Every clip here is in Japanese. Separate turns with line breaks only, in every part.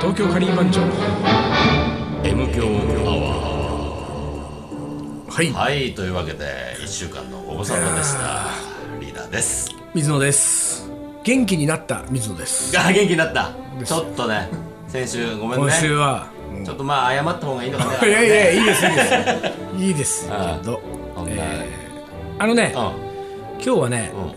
東京カリー番長
M 強アワ
はい
ーはいというわけで1週間のご無沙汰でしたリーダーです
水野です元気になった水野です
あ元気になったちょっとね先週ごめん
今
ね
週は、
ちょっとまあ謝った方がいいのかな
いやいやいいですいいですいいです
ああ
けど
こんな
えーあのね
うん
今日はね、
うん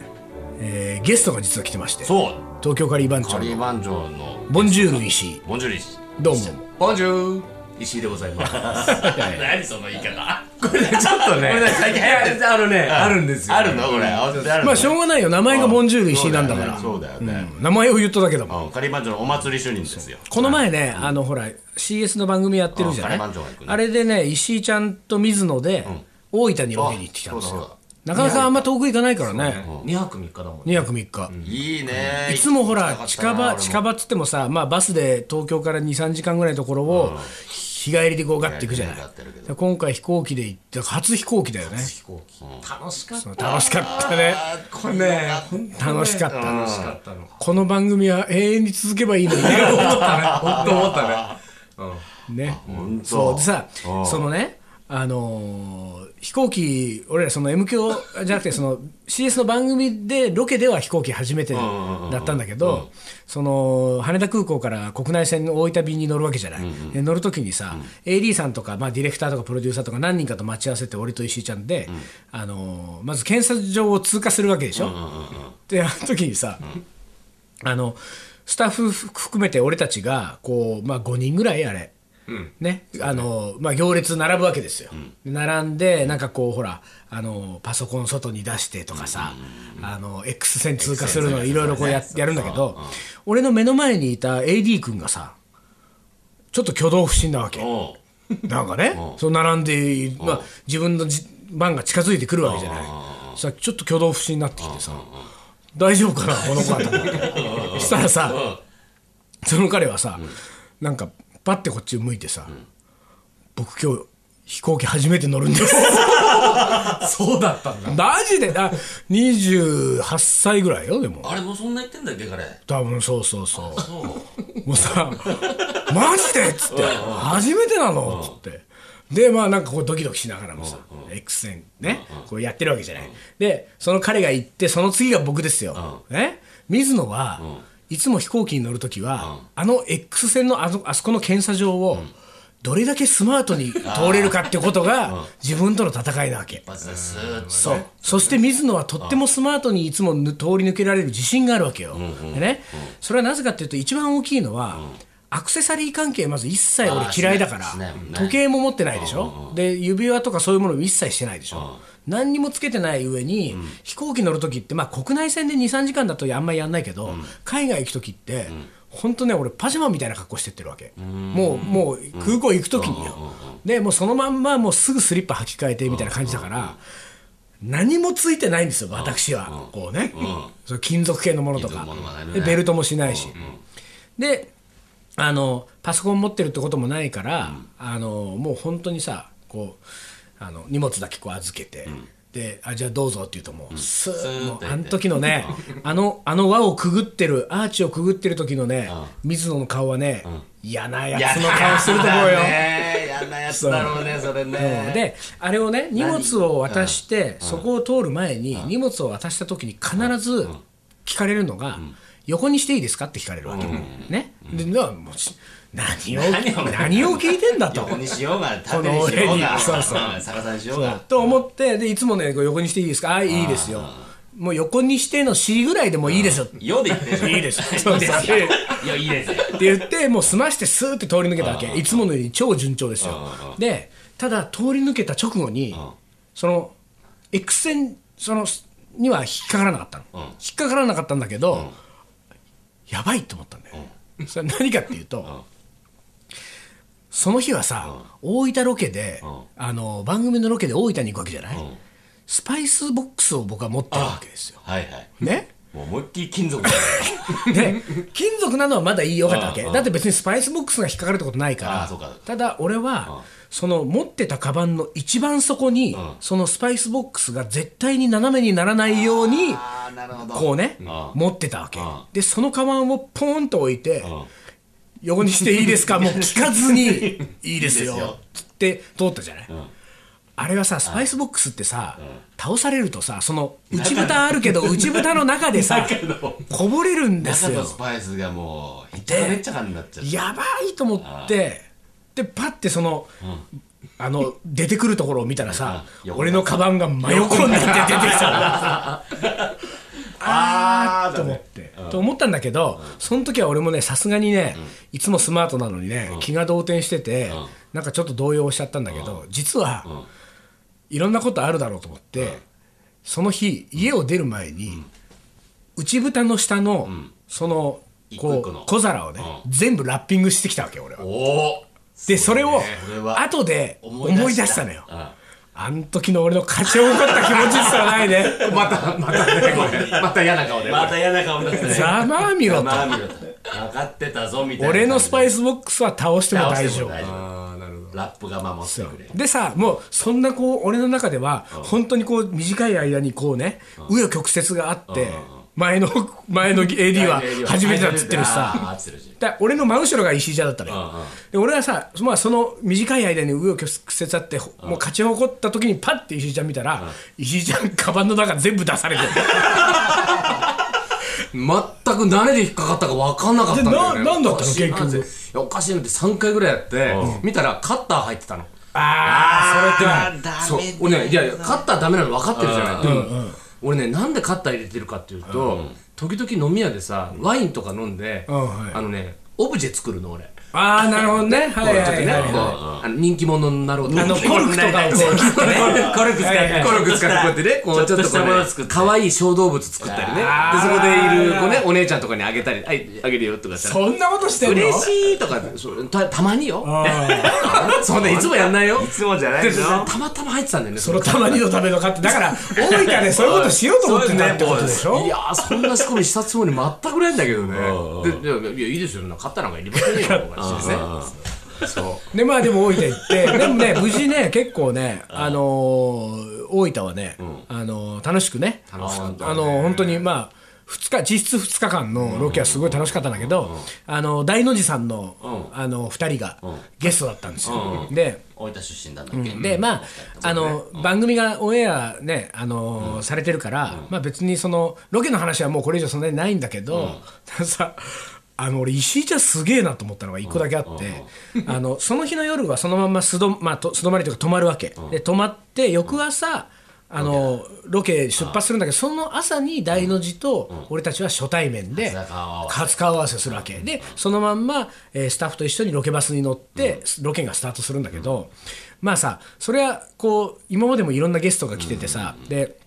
えーゲストが実は来てまして
そう
東京カリー番長
カリー
の
番長の
ボンジュール石井
ボンジュリー
どうも
ボンジュー石井でございます何その言い方 これちょっ
ちょっとね。
ごめんなさい最近流行ってる
いやあのね、あるんですよ。
あるのこれ合わせてあるの
まあしょうがないよ名前がボンジュール石井なんだから
そうだよねそうだよね
うん名前を言っただけだもん
うんカリー番長のお祭り主任ですよ
この前ね、あのほら CS の番組やってるじゃな
う
い
ん金満城が行くね
あれでね石井ちゃんと水野で、大分にロケに行ってきたんです
あそうだ
よなかなかあんま遠く行かないからね
2泊3日だもん
2
ね。
泊3日、
いいね
いつもほら
行きた
近
かったな
場近場っつってもさ、まあ、バスで東京から23時間ぐらいのところを日帰りでこうガッて行くじゃない
日帰りでガッてやるけど
で今回飛行機で行って初飛行機だよね
飛行機。楽しかった。
楽しかったね
これね、本当ね
楽しかった
楽しかったの。
この番組は永遠に続けばいいのにね
思ったね。本当思ったね。
ね
本当
そうでさ
うん
そのねあのー飛行機俺らその M 響じゃなくてその CS の番組でロケでは飛行機初めてだったんだけどその羽田空港から国内線の大分便に乗るわけじゃない、で乗る時にさ、AD さんとか、まあ、ディレクターとかプロデューサーとか何人かと待ち合わせて俺と石井ちゃんで、あのーまず検査場を通過するわけでしょ、であの時にさ、あのスタッフ含めて俺たちがこう、まあ、5人ぐらいあれ、ねあのまあ、行列並ぶわけですよ、で並んでなんかこうほらあのパソコン外に出してとかさ、あの X 線通過するのいろいろこうややるんだけど俺の目の前にいた AD 君がさちょっと挙動不審なわけ
おう
なんかね、そう並んで、まあ、自分のじ番が近づいてくるわけじゃない。さちょっと挙動不審になってきてさ、大丈夫かな、この子はと思 って。したらさ、その彼はさ、なんか、パッてこっち向いてさ、僕今日、飛行機初めて乗るんです。
そうだったんだ。
マジでな、28歳ぐらいよ、でも。
あれもうそんな言ってんだっけ彼
多分そうそうそう。もうさ、マジでっつって、初めてなのっつって。で、まあなんかこうドキドキしながらもさ、X 線ね、こうやってるわけじゃない。で、その彼が行って、その次が僕ですよ。ね水野は、いつも飛行機に乗るときは、あの X 線のあそあそこの検査場を、どれだけスマートに通れるかってことが、自分との戦いなわけ。
まずスーッと
そう、そして水野はとってもスマートにいつもぬ通り抜けられる自信があるわけよ、でね、それはなぜかっていうと、一番大きいのは、アクセサリー関係、まず一切俺、嫌いだから
あーしないしないもん、ね
時計も持ってないでしょ、で指輪とかそういうものも一切してないでしょ、何にもつけてない上に、飛行機乗るときって、まあ、国内線で2、3時間だとあんまりやんないけど、海外行くときって、本当ね、俺、パジャマみたいな格好してってるわけ、もうもう空港行くときによ、でもうそのまんま、もうすぐスリッパ履き替えてみたいな感じだから。何もついてないんですよ、私は。こうね。その金属系のものと
金
か
属ものはない。ね
でベルトもしないし。で、あの、パソコン持ってるってこともないから、あの、もう本当にさ、こう、あの、荷物だけこう預けて、で、あ、じゃあどうぞって言うともう、スーッもう
スーッと行って
あの時のね、あの、あの輪をくぐってる、アーチをくぐってる時のね、水野の顔はね、嫌なやつの顔すると思うよ。
やんなやつだろうねそれね
であれをね荷物を渡してそこを通る前に荷物を渡した時に必ず聞かれるのが「横にしていいですか?」って聞かれるわけ、ねでなもうし何を
何を
何を聞いてんだと
横にしようが縦にし
こ
よう
の俺
が
にそうそう
うん逆さにしようが
と思ってでいつもねこう横にしていいですかあいいですよもう横にしての C ぐらいでもいいですよって
よで言ってる
いい です
いいですよいやいいですよ
って言ってもう済ましてスーって通り抜けたわけいつものより超順調ですよでただ通り抜けた直後にその X 線そのには引っかからなかったの、引っかからなかったんだけど、やばいと思ったんだよ、ねそれ何かっていうと、その日はさ、大分ロケで、あの番組のロケで大分に行くわけじゃない、スパイスボックスを僕は持ってるわけですよ
はいはい
ね
もう思いっきり金 属だよ
で金属なのはまだいいよかったわけだって別にスパイスボックスが引っかかるってことないから
ああそうか
ただ俺はその持ってたカバンの一番底にそのスパイスボックスが絶対に斜めにならないように
ああなるほど
こうね
ああ
持ってたわけ
ああ
でそのカバンをポーンと置いて横にしていいです かもう聞かずにいいですよ
いいですよ
つって通ったじゃない、
ん
あれはさスパイスボックスってさ、倒されるとさその内蓋あるけど内蓋の中で さこぼれるんです
中の
よ
スパイスがもう、ひっちゃかめっちゃかになっちゃって。
やばいと思ってでパッてその、あの出てくるところを見たらさ、
うん
俺のカバンが真横になって出てきたんだあーと思って、と思ったんだけど、その時は俺もねさすがにね、いつもスマートなのにね、気が動転してて、なんかちょっと動揺しちゃったんだけど、実は、いろんなことあるだろうと思って、その日家を出る前に、内蓋の下の、その
一個
こ
一個の
う小皿をね、
う
全部ラッピングしてきたわけ俺は
おお
でそれを
それは
後で思い出したのよ
うん
あん時の俺の勝ち誇った気持ちさはないね
また、またね、これ。また嫌な顔で。
また嫌な顔出すね。
ざまあみろと
まあ見ろと。分かってたぞ、みたいな。
俺のスパイ
ス
スボックスは倒しても大丈夫
ああ、なるほど。
ラップが守ってくれ。
でさもうそんなこう俺の中では本当にこう短い間にこうね紆余曲折があって前の前の AD は初めてだっつってるし
あー
さ
合ってるし
だから俺の真後ろが石井ちゃんだったの
うんう
よ
ん
で俺はさ、まあ、その短い間に紆余曲折あってほもう勝ち誇った時にパッて石井ちゃん見たら石井ちゃんカバンの中全部出されてる
全く誰で引っかかったか分かんなかったんだよ、ね、
でななんだったの
おかしいな
結局
いやおかしいのって3回ぐらいやって、見たらカッター入ってたの
あー、
そ
ダ
う
メだ
俺ねいやいやカッターダメなの分かってるじゃない、
う
で
ん
も
うん
俺ねなんでカッター入れてるかっていうと、時々飲み屋でさワインとか飲んで、
うんはい
あのねオブジェ作るの俺、
ああなるほ どねはいはいはい
ちょっとね、こう
は
あの人気者になろうと
いあのコルクとかをこう切ってねコルク使
はいはい
コルク使ってこうやってね、こうち
ち
ょ
ょ
っ
っ
と
と
こ
したもの作
う
っ
ね、
て
可愛い小動物作ったりね。
あ
で、
ー
そこでいる子ね、お姉ちゃんとかにあげたり、はい、あげるよとかしたら、
そんなことしてんの
嬉しいとか、そうたたまによ。
あー
そんないつもやんないよ。
いつもじゃない
で
でしょ
たまたま入ってたんだよね。
そのたまにのための勝手だから大分でそういうことしようと思ってたってことでしょ
いやー、そんな仕込みしたつもり全くないんだけどね。でいや、いやいいですよ、なんか買ったなんかいりませんよ、とかしてね。そ
でまあでも大分行ってでもね無事ね結構ねあのー大分はね、あのー楽しくね
楽しかったね
あのー本当にまあ二日実質2日間のロケはすごい楽しかったんだけど、あのー大の字さんの、あの2人がゲストだったんですよ、で
大分出身なんだっけ
でまああの、番組がオンエアねあの、されてるから、まあ別にそのロケの話はもうこれ以上そんなにないんだけど、さあの俺石井ちゃんすげえなと思ったのが一個だけあって、あのその日の夜はそのまま素泊,、まあ、と素泊まりというか泊まるわけ、で泊まって翌朝あのロケ出発するんだけどその朝に大の字と俺たちは初対面で
初顔合わせ
初顔合わせするわけでそのまんま、えースタッフと一緒にロケバスに乗って、ロケがスタートするんだけど、まあさそれはこう今までもいろんなゲストが来ててさ、で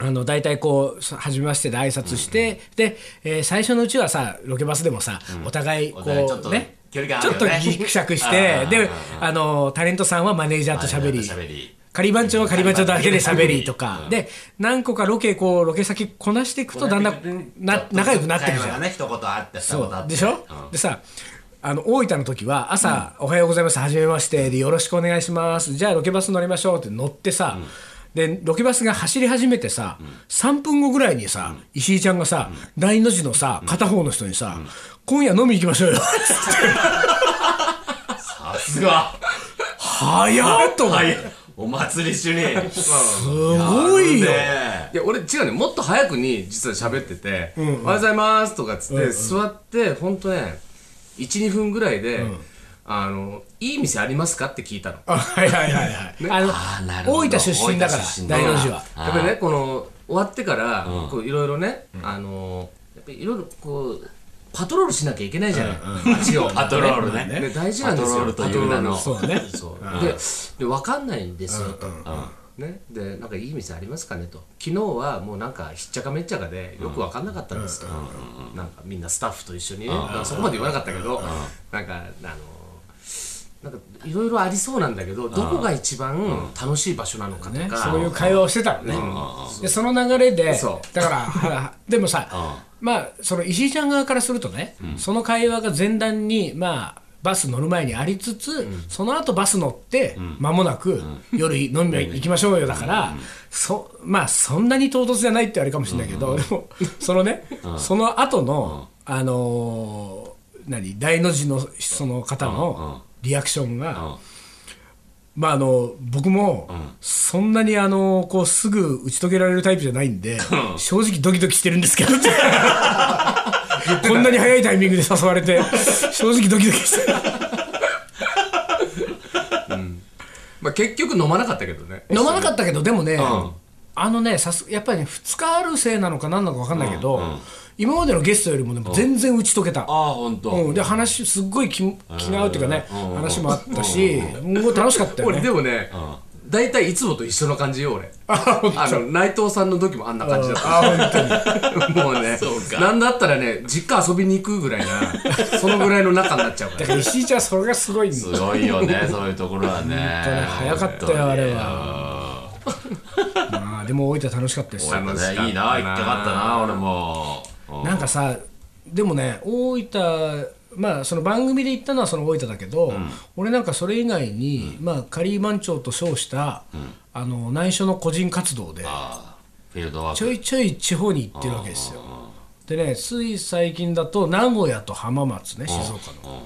あの大体こうさ初めましてで挨拶して、で、えー最初のうちはさロケバスでもさ、お互いこ
お互いちょっ
う
と
ね
距離があ
ち
る
ょ
よ
っ
ね
とギクシャクし
あ
て
ー
であのタレントさんはマネージャーと喋り
マネージャーと喋り
仮番長は仮番長だけで喋りと
う
か
ん
で何個かロケこうロケ先こなしていくとだんだんな仲良くなってくじ
会
ゃ
話
ん
が。ね、一言あって、二
そ
言あっ
う
て
でしょ、
うん
でさあの大分の時は朝、おはようございます」「はじめまして」で「よろしくお願いします」「じゃあロケバス乗りましょう」って乗ってさ、でロケバスが走り始めてさ、3分後ぐらいにさ、石井ちゃんがさ、大の字のさ片方の人にさ、今夜飲み行きましょうよ」
さすが
早っと思っ
は
て
いお祭り主任す
すごいよ
う。いや、俺違うね、もっと早くに実は喋ってて、おはようございますとかっつって、座って、ほんとね、1、2分ぐらいで、あの、いい店ありますかって聞いたの。
あはいはいはいはい、あの
あーなるほど
大分出身だから
大分出身だ
大の字は
やっぱりねこの終わってからこういろいろね、あのやっぱりいろいろこうパトロールしなきゃいけないじゃない、街を
パトロールね
ね大事なんです
パトロー
よ
ルという名の
パトロール
そうね
そうでで分かんないんですよと、ね、でなんかいい店ありますかねと昨日はもうなんかひっちゃかめっちゃかでよく分かんなかったんですと、なんかみんなスタッフと一緒にね、なんかそこまで言わなかったけど、なんかあのなんかいろいろありそうなんだけどどこが一番楽しい場所なのかと
ね、
か、
そういう会話をしてたのね、でその流れで
そう
だ からはでもさ、まあその石井ちゃん側からするとね、その会話が前段にまあバス乗る前にありつつ、その後バス乗って、間もなく、夜飲み行きましょうよだから、そまあそんなに唐突じゃないってあれかもしれないけど、でもそのね、その後の、あのー何大の字のその方
うんうん
のリアクションが、
うん
まああの僕も
ん
そんなにあのこうすぐ打ち解けられるタイプじゃないんで、
うん
正直ドキドキしてるんですけどって こんなに早いタイミングで誘われて正直ドキドキしてる
まあ、結局飲まなかったけどね
飲まなかったけどでもね、
ん
あのねさすやっぱりね2日あるせいなのか何なのか分かんないけど、今までのゲストよりもね全然打ち解けた、
ああ本当。
うん、で話すっごい気気が合うっていうかね、話もあったし、うん、楽しかったよ
俺
ね
でもね大体いつもと一緒の感じよ俺
あ本当
あの内藤さんの時もあんな感じだった
あ本
もうね
そうか
なんだったらね実家遊びに行くぐらい なそのぐらいの仲になっちゃうから
当に石井ちゃんそれがすごいんだ
すごいよねそういうところはね
当ね早かったよあれまあでも大分楽しかったです
俺もねいいな行きたかったな俺もうん
なんかさでもね大分まあその番組で行ったのはその大分だけど、俺なんかそれ以外に、まあ仮満潮と称した、あの内緒の個人活動で
あーフィールドワー
ちょ
ク
いちょい地方に行ってるわけですよでねつい最近だと名古屋と浜松ね静岡の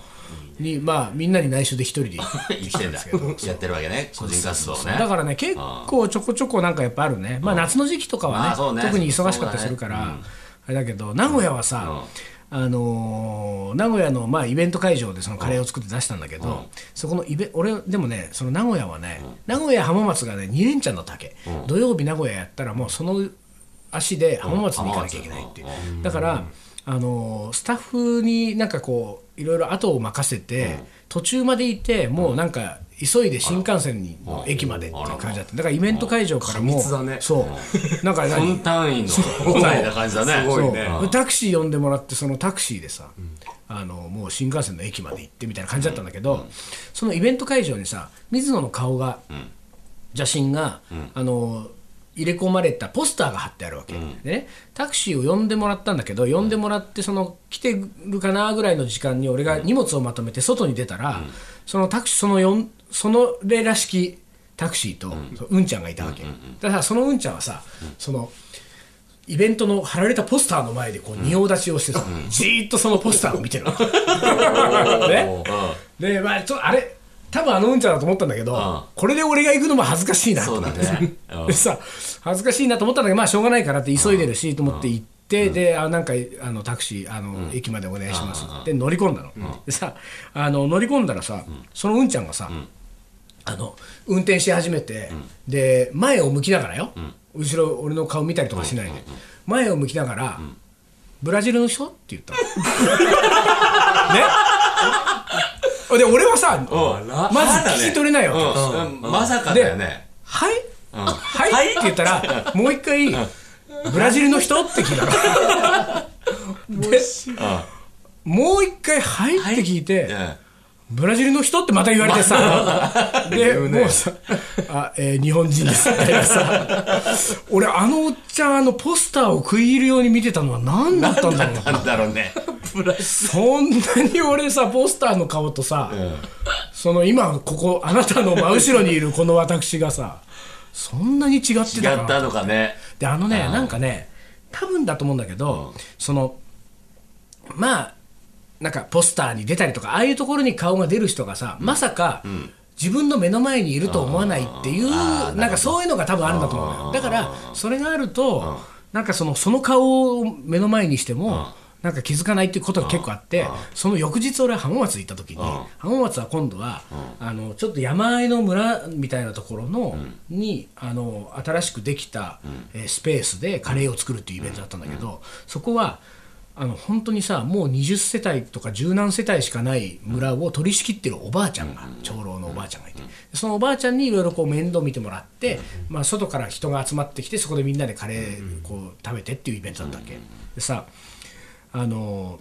にまあみんなに内緒 で一人で行って
生きてんだやってるわけね個人活動ね
だからね結構ちょこちょこなんかやっぱあるねまあ夏の時期とか
まあ
は
そう
ね
ね
特に忙しかったりするから、あれだけど名古屋はさ、あのー名古屋のまあイベント会場でそのカレーを作って出したんだけど、そこのイベ俺でもねその名古屋はね、名古屋浜松がね2連チャンの竹、土曜日名古屋やったらもうその足で浜松に行かなきゃいけないっていう、だから、あのースタッフになんかこういろいろ後を任せて、途中までいてもうなんか急いで新幹線にの駅までっていう感じだっただからイベント会場からもう
過密だね
そうなんか何
分単位のみたいな感じだね
すごいね
そうタクシー呼んでもらってそのタクシーでさ、あのもう新幹線の駅まで行ってみたいな感じだったんだけど、そのイベント会場にさ水野の顔が、写真が、あの入れ込まれたポスターが貼ってあるわけ、でねタクシーを呼んでもらったんだけど呼んでもらってその来てるかなぐらいの時間に俺が荷物をまとめて外に出たら、そのタクシーそのよんその例らしきタクシーと、そのうんちゃんがいたわけ、だからそのうんちゃんはさ、そのイベントの貼られたポスターの前でこう仁王立ちをしてさ、じーっとそのポスターを見てるわけ ねでまあちょっとあれ多分あのうんちゃんだと思ったんだけど、
ん
これで俺が行くのも恥ずかしいなと
そう
思
だ
って
ねうん
でさ恥ずかしいなと思ったんだけどまあしょうがないからって急いでるしと思って行って、であなんかあのタクシーあの、駅までお願いしますって乗り込んだの、でさあの乗り込んだらさ、そのうんちゃんがさ、あの運転し始めて、で前を向きながらよ、後ろ俺の顔見たりとかしないで、前を向きながら、ブラジルの人って言 ったのねで俺はさ
う ん
まず聞き取れないわけ
うんまさかだよね
はい、はい、って言った ら、もう一回、ブラジルの人って聞いたの。 で、もう一回、はいって聞いて、ブラジルの人ってまた言われてさ、 で、もうさ、あ、えー日本人ですみたいなさ、俺、あのおっちゃん、あのポスターを食い入るように見てたのは何だったんだろう
なんだろ うね
そんなに俺さ、ポスターの顔とさ、その今、ここ、あなたの真後ろにいるこの私がさ、そんなに違って
違った
かな
たのかね
であのねなんかね多分だと思うんだけど、そのまあなんかポスターに出たりとかああいうところに顔が出る人がさ、まさか、自分の目の前にいると思わないっていうなんかそういうのが多分あるんだと思うのよだからそれがあるとなんかそのその顔を目の前にしてもなんか気づかないっていうことが結構あってその翌日俺は浜松行った時に浜松は今度はあのちょっと山あいの村みたいなところのにあの新しくできたえースペースでカレーを作るっていうイベントだったんだけどそこはあの本当にさもう20世帯とか十何世帯しかない村を取り仕切ってるおばあちゃんが長老のおばあちゃんがいてそのおばあちゃんにいろいろこう面倒見てもらって、まあ、外から人が集まってきてそこでみんなでカレーこう食べてっていうイベントだったわけでさあの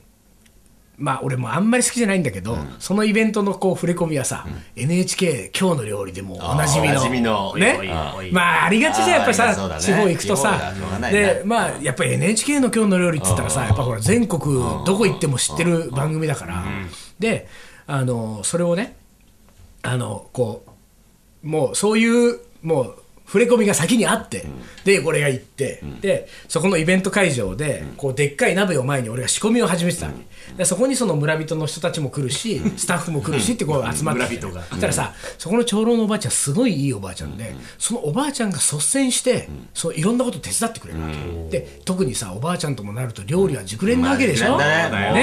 まあ俺もあんまり好きじゃないんだけど、そのイベントのこう触れ込みはさ、NHK 今日の料理でもうおなじみの
あーおなじみの
ね
おいおいおい
まあありがちじゃんやっぱり
あ
さ
ー、そうだね
地方行くと
地方
さ
はしょうがないね
でまあやっぱり NHK の「今日の料理」って言ったらさやっぱほら全国どこ行っても知ってる番組だからであのそれをねあのこうもうそういうもう触れ込みが先にあって、で俺が行って、でそこのイベント会場で、こうでっかい鍋を前に俺が仕込みを始めてたわけ、でそこにその村人の人たちも来るしスタッフも来るしってこう集まってて
村人が
そしたらさそこの長老のおばあちゃんすごいいいおばあちゃんで、そのおばあちゃんが率先して、そういろんなこと手伝ってくれるわけ、で特にさおばあちゃんともなると料理は熟練なわけでしょ、
まあね
ね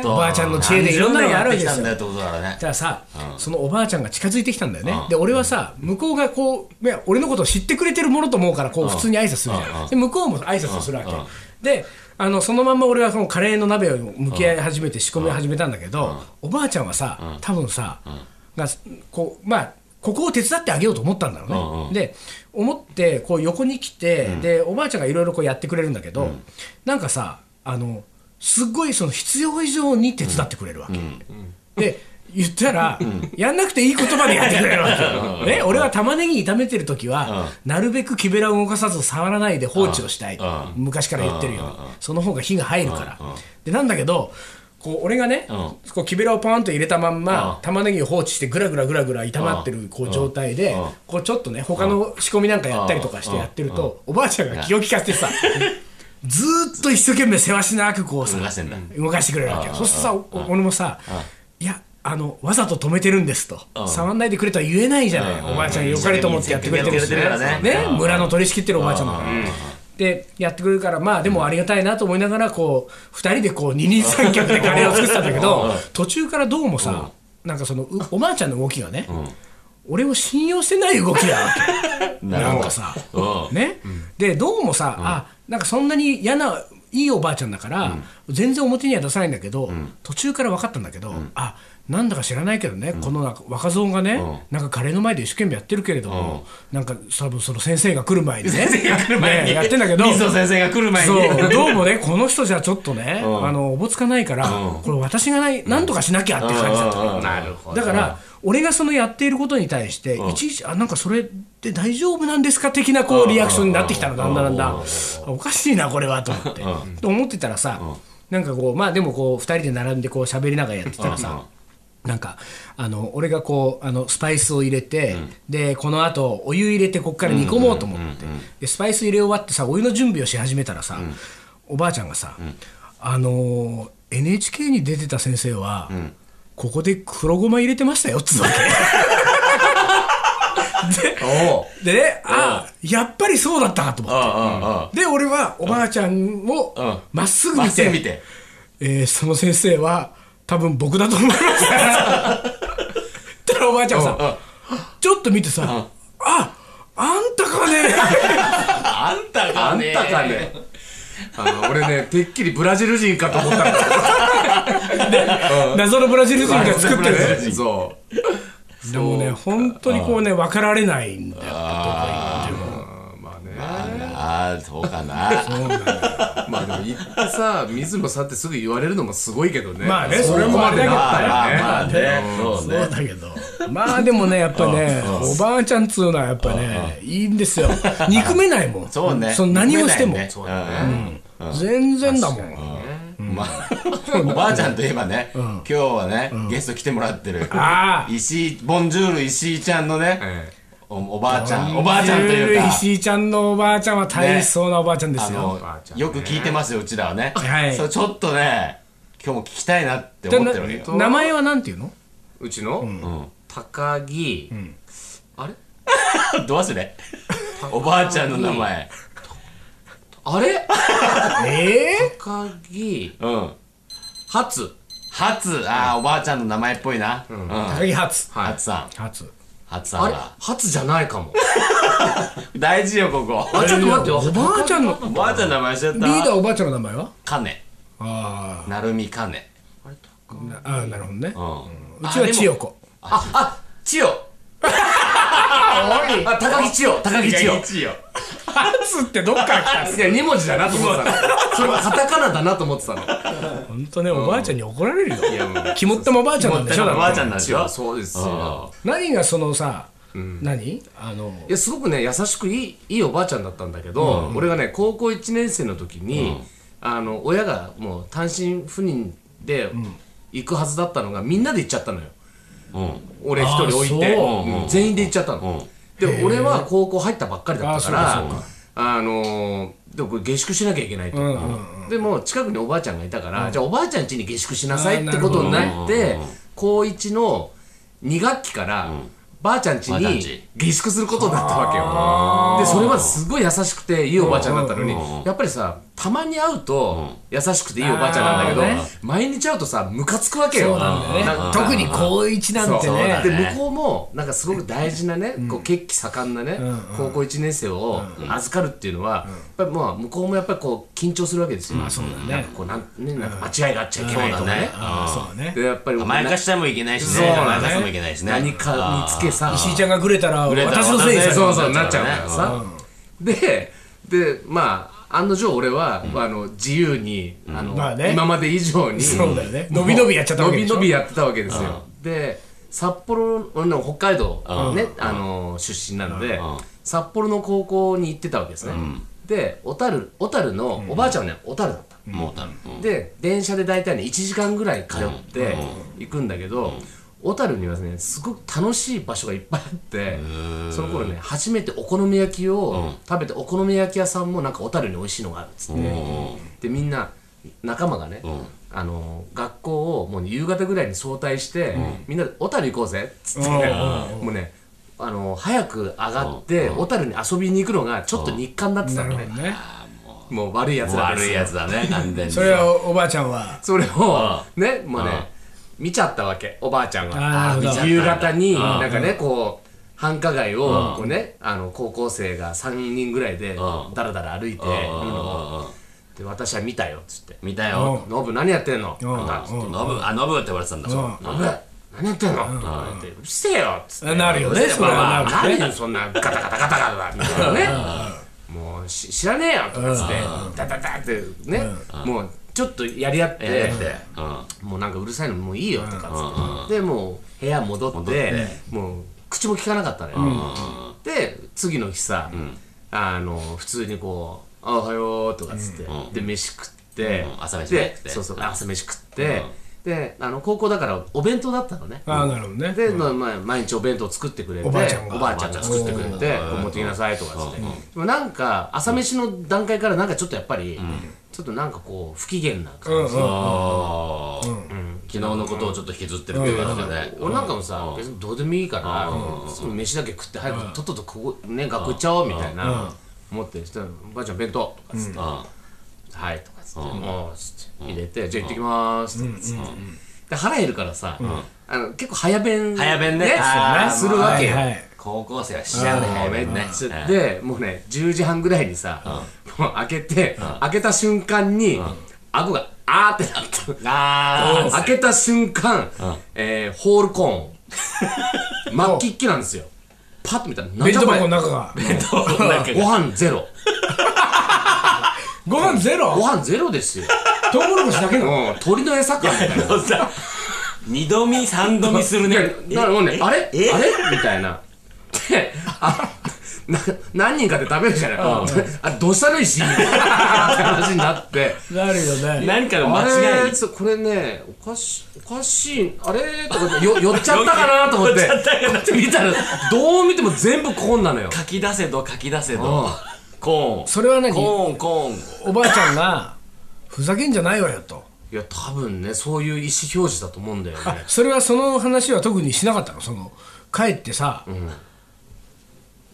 ね
おばあちゃんの知恵でいろんなのがあるわけです
何十
よ
年やってきたんだよってことだからね
じゃあさ、そのおばあちゃんが近づいてきたんだよね、で俺はさ向こうがこういや俺のことを知ってくれてるものと思うからこう普通に挨拶するじゃん、で向こうも挨拶をするわけ、であのそのまんま俺はそのカレーの鍋を向き合い始めて仕込みを始めたんだけど、おばあちゃんはさ、多分さ、がこうまあここを手伝ってあげようと思ったんだろうね、で思ってこう横に来て、でおばあちゃんがいろいろこうやってくれるんだけど、なんかさあのすっごいその必要以上に手伝ってくれるわけ、で言ったら、やんなくていい言葉でやってくれるわけ、ね、俺は玉ねぎ炒めてる時は、なるべく木べらを動かさず触らないで放置をしたい、昔から言ってるように、その方が火が入るから、でなんだけどこう俺がね、こう木べらをパーンと入れたまんま、玉ねぎを放置してぐらぐらぐらぐら炒まってるこう状態で、こうちょっとね他の仕込みなんかやったりとかしてやってると、おばあちゃんが気を利かせて さ、ずーっと一生懸命せわしなくこうさ
動かしてんだ
動かしてくれるわけよそうするとさお俺もさいやあのわざと止めてるんですと触んないでくれとは言えないじゃないおばあちゃんよかれと思ってやってくれてるし
やってくれてるからね
ね村の取り仕切ってるおばあちゃんだから。でやってくれるからまあでもありがたいなと思いながらこう2人でこう二人三脚でカレーを作ってたんだけ ど途中からどうもさなんかそのうおばあちゃんの動きがね俺を信用してない動きだわ けなんかさね、でどうもさ、あなんかそんなに嫌ないいおばあちゃんだから、全然表には出さないんだけど、途中から分かったんだけど、あなんだか知らないけどね、このなんか若造がね、なんかカレーの前で一生懸命やってるけれども、なんか多分その先生が来る前にねねやってんだけど
水野先生が来る前に
そうどうもねこの人じゃちょっとね、あのおぼつかないから、これ私がない何とかしなきゃって感じだった、
なるほど
だから俺がそのやっていることに対していちいちあなんかそれって大丈夫なんですか的なこうリアクションになってきたのだんだんだんだんおかしいなこれはと思ってと思ってたらさなんかこうまあでもこう2人で並んでこう喋りながらやってたらさなんかあの俺がこうあのスパイスを入れて、でこのあとお湯入れてこっから煮込もうと思って、でスパイス入れ終わってさお湯の準備をし始めたらさ、おばあちゃんがさ、あのー NHK に出てた先生は、ここで黒ごま入れてましたよっつうわけ。
おう
でね、ああ、やっぱりそうだったかと思って。
あ
で、俺はおばあちゃんを
ん
まっす
あ
ぐ
まっ
見
す
て、
ぐ見て
えーその先生は多分僕だと思います。たらおばあちゃんがさ、ちょっと見てさ、あ、あんたかね
あんた
あ
が
ん
ね
たかねあの俺ねてっきりブラジル人かと思ったんだ
謎のブラジル人が作ってる。
ねそう
でもね、本当にこうね、分かられないんだよ。
あーまあね
ああそうか な
まあでも言ってさ水野さんってすぐ言われるのもすごいけどね
まあねそれも
ま
あれだけど
なった
まあ
よね
まあねそうね
そうだけど。まあでもね、やっぱね、おばあちゃんっつうのはやっぱね、いいんですよ。憎めないもん。
そうね
の何をしても。
そうね
全然だもん。
うんまあおばあ ちゃんといえばね今日はねゲスト来てもらってる
ああ
石井ボンジュール石井ちゃんのね
え
おおばあちゃんおばあちゃんというか
石井ちゃんのおばあちゃんは大しそうなおばあちゃんで
あ
すよ。
のよく聞いてますようちらはね
はい
そうちょっとね今日も聞きたいなって
で
思ってるわけよ
な名前はなんていうの
えうちの、高木、あれ
どう 忘れおばあちゃんの名前
あれ
ええ
高木
うん
初
初ああおばあちゃんの名前っぽいなうん
高木初。
初さん
初。
初さ
あ
ん
れ
が
初じゃないかも
大事よここ
あちょっと待ってよ
おばあちゃんの、
おばあちゃんの名前知っ
リーダー
た
おばあちゃんの名前は
カネ
あ
なるみカネ
あ、なああなるほどね
う。ん
うちは千代子。
ああ千代あ高木千代高木千代
一よ
初ってどっから来たの
いや二文字だなと思ってたのそれはカタカナだなと思ってたの
本当ね、おばあちゃんに怒られるよ。
いやもう
肝っ玉おばあちゃんなんでしょ
おば
だ
あ
って
ちゃんなんでし
千
ょ
代そうですよ
何がそのさ、何あの
いやすごくね優しくいいいいおばあちゃんだったんだけど、俺がね高校1年生の時に、あの親がもう単身赴任で行くはずだったのがみんなで行っちゃったのよ
うん
俺一人置いて、
あそう
うん全員で行っちゃったの、で俺は高校入ったばっかりだったから
あそうかそうか
あのーでもこれ下宿しなきゃいけないと、
うんうん
でも近くにおばあちゃんがいたから、じゃあおばあちゃん家に下宿しなさいってことになって高1の2学期から、ばあちゃん家
ばあちゃん
に
家
下宿することになったわけよでそれまですごい優しくていいおばあちゃんだったのにやっぱりさたまに会うと優しくていいおばあちゃんなんだけど、
あーね
毎日会うとさムカつくわけよ
そうなんだ
なん
よ
か
ね特に高一なんて
そう
ね
だね
で向こうもなんかすごく大事なね、こう血気盛んなね、高校1年生を預かるっていうのは、やっぱりまあ向こうもやっぱりこう緊張するわけですよ、
そうだね
なんかこうなん,、ね、なんか間違いがあっちゃいけないとか
そうだ
ね
ね、
あーそうだね
でやっぱり
甘やかしてもいけないし
そう
ね
だね
甘やかしてもいけないしね
何か見つけさ
石井ちゃんがグレたら
グレたら
私のせいにされる
そう
う
そうな
な
っ
っ
ち
ち
ゃ
ゃ
う
う
か
からら
さ、ででまあ案の定俺は、あの自由に、あの
まあね
今まで以上に
そうだよね伸び伸びやっちゃったわけでしょ
伸び伸びやってたわけですよ、で札幌の北海道、ねあの出身なので、札幌の高校に行ってたわけですね、で小樽小樽のおばあちゃんはね小樽だった、
もうたる
で電車で大体ね1時間ぐらい通って行くんだけど、小樽にはねすごく楽しい場所がいっぱいあってその頃ね初めてお好み焼きを食べてお好み焼き屋さんもなんか小樽に美味しいのがあるっつって、でみんな仲間がね、あの学校をもう夕方ぐらいに早退して、みんなで小樽行こうぜっつって、ねもうねあの早く上がって小樽に遊びに行くのがちょっと日課になってたのね、
ね
もう悪いやつらです
悪いやつだね完全に
それはおばあちゃんは
それをねもうね見ちゃったわけおばあちゃんが
あーなるほど
あー夕方になんかねこう繁華街をこうねあの高校生が3人ぐらいでだらだら歩いて見るのをで私は見たよっつって
見たよ
「ノブ何やってんの?」と
ん
か
ノブあノブって言われてたんだそう
ノブ何やってんの?」とか言って「うるせえよ」っつって
なるよね
うるせえ
それは
まあま
な
あ
るよね
何よそんなガタガタガタガタみたいなねもうし知らねえよとかっつってダダダってねもうちょっとやり合って
やってうん
もうなんかうるさいのもういいよとかっつってでもう部屋戻ってもう口も聞かなかったのよ、で次の日さ、あの普通にこう「あおはよう」とかっつって、で飯食って、
うん朝飯ね
で
食って
そうそう朝飯食って、であの高校だからお弁当だったのね、
ああなるほどね
で、まあまあ、毎日お弁当作ってくれて
おばあちゃんが
おばあちゃんが作ってくれてこれ持ってきなさいとかっつってでもなんか朝飯の段階からなんかちょっとやっぱり、ちょっとなんかこう不機嫌な感じ
うんうん
あー昨日のことをちょっと引きずってるっていうかね
俺なんかもさ、別にどうでもいいから、その飯だけ食って早くとっととここ、ね、学校行っちゃおうみたいな、思ってそしたら「ばあちゃん弁当」とかっつって「はい」とかっつって「もう」っつって入れて「じゃあ行ってきます」とかっつって、で腹減るからさ、あの結構早弁
早弁ねあー
するわけよ、
はいはい
高校生はしちゃうね
もう
早
めっ
めね
ちゃでもうね10時半ぐらいにさ、もう開けて、開けた瞬間に、顎があーってなった
あ
開けた瞬間、えーホールコーン末期っきなんですよパッと見たらなん
弁
じゃ
当
これ
箱の中が
あなんか
ご飯ゼロ
ご飯ゼ
ご
ロ
飯ゼロですよ、
トウモロコシだけ
う
の
ん、鳥の餌かみたいな
そう さ二度見三度見する
いや
ね
なもうね、あれあ
え
れみたいな。で、あ、な何人かで食べるじゃない。あ、どうしたらいいしって話になって。
なるよね
何かの
あ
間違
れ
い
そうこれね、おかし、おかしい、あれとかって、よ、寄っちゃったかなと思って。
寄っちゃったかな
こうやって見たら、どう見ても全部コーンなのよ。
書き出せど書き出せ
うん
どコーン
それは何
コーンコーン
おばあちゃんがふざけんじゃないわよと
いや、多分ね、そういう意思表示だと思うんだよね。
それはその話は特にしなかったのその帰ってさ、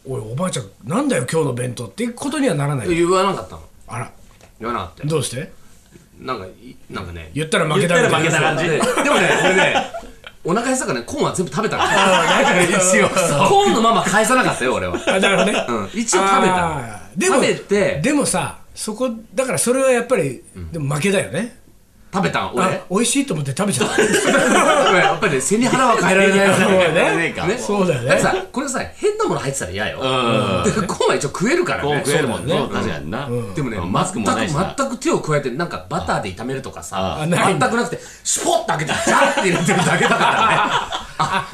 おいおばあちゃんなんだよ今日の弁当ってことにはならない
言わなかったの。
あら
言わなかったよ。
どうして
なんか、いなんかね。
言ったら負けだ
言ったら負け
た
だ
いな
感じ
ででもね、俺ね、お腹減ってたからね、コーンは全部食べたの。一応。コーンのまま返さなかったよ、俺は。
あなるほどね、
うん一応食べたの
あーでも
食べて
でもさそこだからそれはやっぱり、でも負けだよね
食べたん、俺
あ。美味しいと思って食べちゃった
やっぱりね、背に腹は変えられない
そうだね
ね
そうだよね
だってさ、これさ、変なもの入ってたら嫌よ。で、コーンは一応食えるから
コーン
ね。
食えるもんね
そうだよ
確かにな
でもね、
マスクもないし
全
な
く全く手を加えて、なんかバターで炒めるとかさ、
あ
全
ないんだ
くなくて、シュポッと開けて、ジャーって入れてるだけだからね。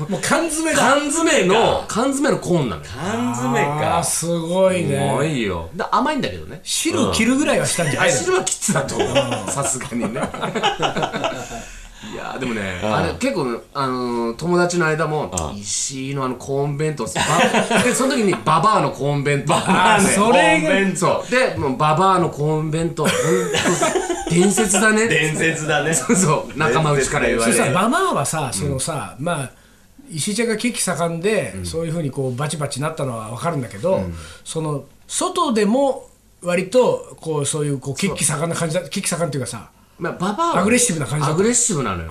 もう缶詰だ
缶詰の、缶詰のコーンなのよ。
缶詰
あー
か
すごい
すご
ね
いよ。だ甘いんだけどね。
汁切るぐらいはしたんじゃないの
汁はキッズだと思う。さすがにね。いやーでもね、あれ結構、あのー友達の間も、石井のあのコーン弁当っすばで、その時にババアのコーン弁当。
あーそれが
本弁当
そう。で、もうババアのコーン弁当、ほんと伝説だね。
伝説だね
そうそう、仲間内から言わ
そ
れ
し
る
たら。ババアはさそのさ、まあ石井ちゃんが血気盛んで、そういうふうにこうバチバチなったのは分かるんだけど、その外でも割とこうそういうこう血気盛んな感じだ血気盛んっていうかさ
まあ、ババアは
アグレッシブな感じだ
ア
っ
グレッシブなのよ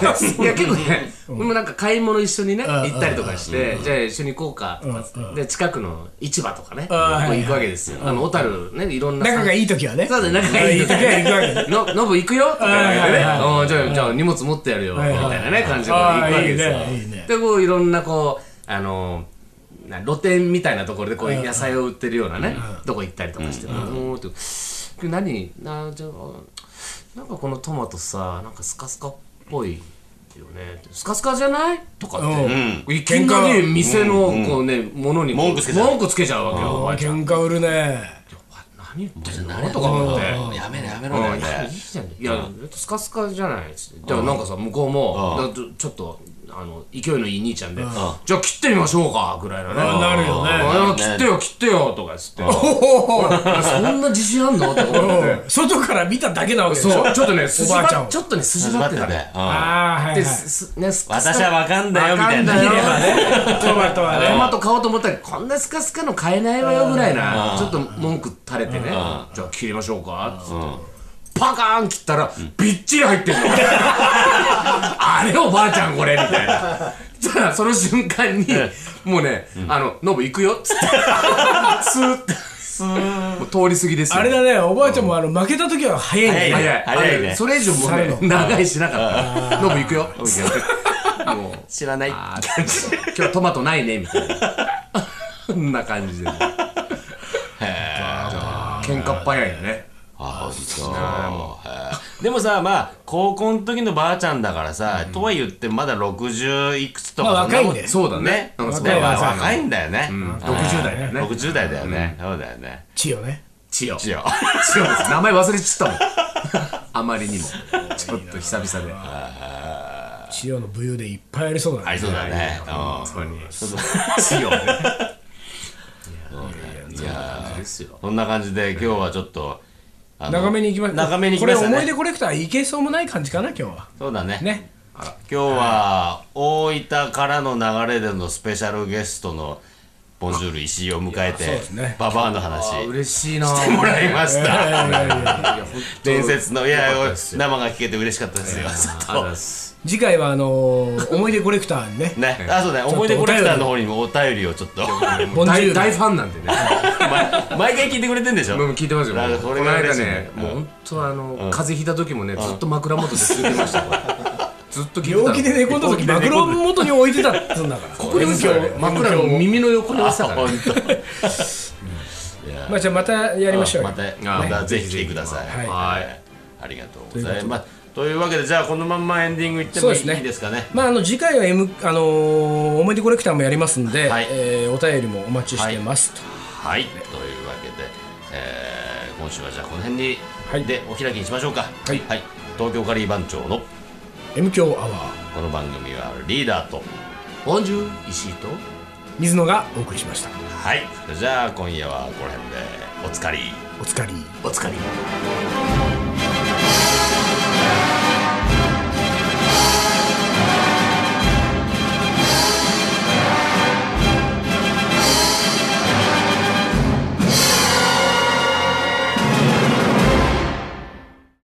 いや結構ね、俺もなんか買い物一緒にね、行ったりとかして、じゃあ一緒に行こうかとかっつって、で近くの市場とかね、こう
はいはい
行くわけですよ、あの小樽ねいろんな
仲がいい時はね
そうだね仲がいい
仲がいい時は行くわ
のノブ行くよとか言われて
は
ね
いはい
うんじゃあじゃあ荷物持ってやるよみ
いはい
たいなね感じでこう行くわけです
あーいいねいいね
よでこういろんなこうあのーな露店みたいなところでこう野菜を売ってるようなねとこ行ったりとかして「うん」って「何なじゃあなんかこのトマトさなんかスカスカっぽいよね」スカスカじゃない?」とかって、いきなり店のこうね、ものにこう
文句つけちゃう
文句つけちゃうわけよおばあちゃん
喧嘩売るね
何言ってんのとか思って。
やめろやめろ
うん
や
い
め
やいいじゃんいやスカスカじゃないっつってでもなんかさ向こうもだからちょちょっとあの勢いのいい兄ちゃんでじゃあ切ってみましょうかぐらいのね
あなるよね
あ切ってよ切ってよとかっつってそんな自信あんのとか思って
うん外から見ただけなわけでしょ
そうちょっとね筋
おばあちゃん
ば
を
ちょっとね筋
ろ
ば
だ
っ
ってて
たね
ねうん
ああはいはい
で、すすね、スカスカ
私はわかんだよみたいな
わかんだよ
トマトはね
トマト買おうと思ったらこんなスカスカの買えないわよぐらいなちょっと文句垂れてねじゃあ切りましょうかっつってパカーン切ったらびっちり入ってんのあれおばあちゃんこれみたいなそしたらその瞬間にもうねあのノブ行くよっつってスーってもう通り過ぎですよ
あれだねおばあちゃんもあの負けた時は早いね
早い
早い
早いね
あれそれ以上もう
去る
ね長いしなかったノブ行くよもう
知らない
あー今日トマトないねみたいな こんな感じでね喧嘩っ早いよね
ああそうはいでもさまあ高校の時のばあちゃんだからさ、とは言ってまだ60いくつとか
まあ
そんなもん
若いね
そうだね
ね
うんそう
だ
ね
ね
まあ若いんだよね、
60代だよね
60代だよね、そうだよね
血よね
千代千
一応
代です名前忘れちゃったもん あまりにもちょっと久々で
血よの武勇でいっぱいありそうだ
あり
ね
そうだねうん
そうに千代ねいやいやですよ
そんな感じで今日はちょっとあの
長めに行きました
長めに行きましたね
これ思い出コレクターいけそうもない感じかな今日は
そうだね
ね
今日は大分からの流れでのスペシャルゲストのボンジュール石井を迎え
いや
て
そうですね
ババアの話
あ
し
嬉しいな
てもらいまし
いやい
た
やいやいや
いや本当
伝説のいや
よかったです
生
よ
が聞けて嬉しかったですよち
あ
ょ
り
っ
がとうございます
次回はあの ー思い出コレクターにね
とねあそうだね
と
思い出コレクターの方にもお便りをちょっと毎
ボンジュー
大
ル
大ファンなんでね
毎回聞いてくれてんでしょ
もう聞いてますよ。
だから
こ
こ
の
れが
間
嬉しい
ね
ね、
もう本当あの、風邪ひいた時もね、ずっと枕元で続いてましたから。ずっと聞いてたの。
病気で寝込んだ時
病気で寝
枕
込んだ
元に置いてたっつうんだから
ここにですよね枕の耳の横に落ちたから
本
ね。
当
まあじゃあまたやりましょうよ
またまたぜひ来てください
はい
はいありがとうございますというわけでじゃあこのまんまエンディングいって
そう
もい
ですね
いですかね
まああの次回は M あのー思い出コレクターもやりますんで、
はい
えーお便りもお待ちしてますと、
はい、というわけで、えー今週はじゃあこの辺に、
はい
でお開きにしましょうかはい東京カリー番長の
M 強アワー
この番組はリーダーと
ボンジュール石井と。
水野がお送りしました
はいそれじゃあ今夜はこの辺でおつかり
お疲れ
おつかり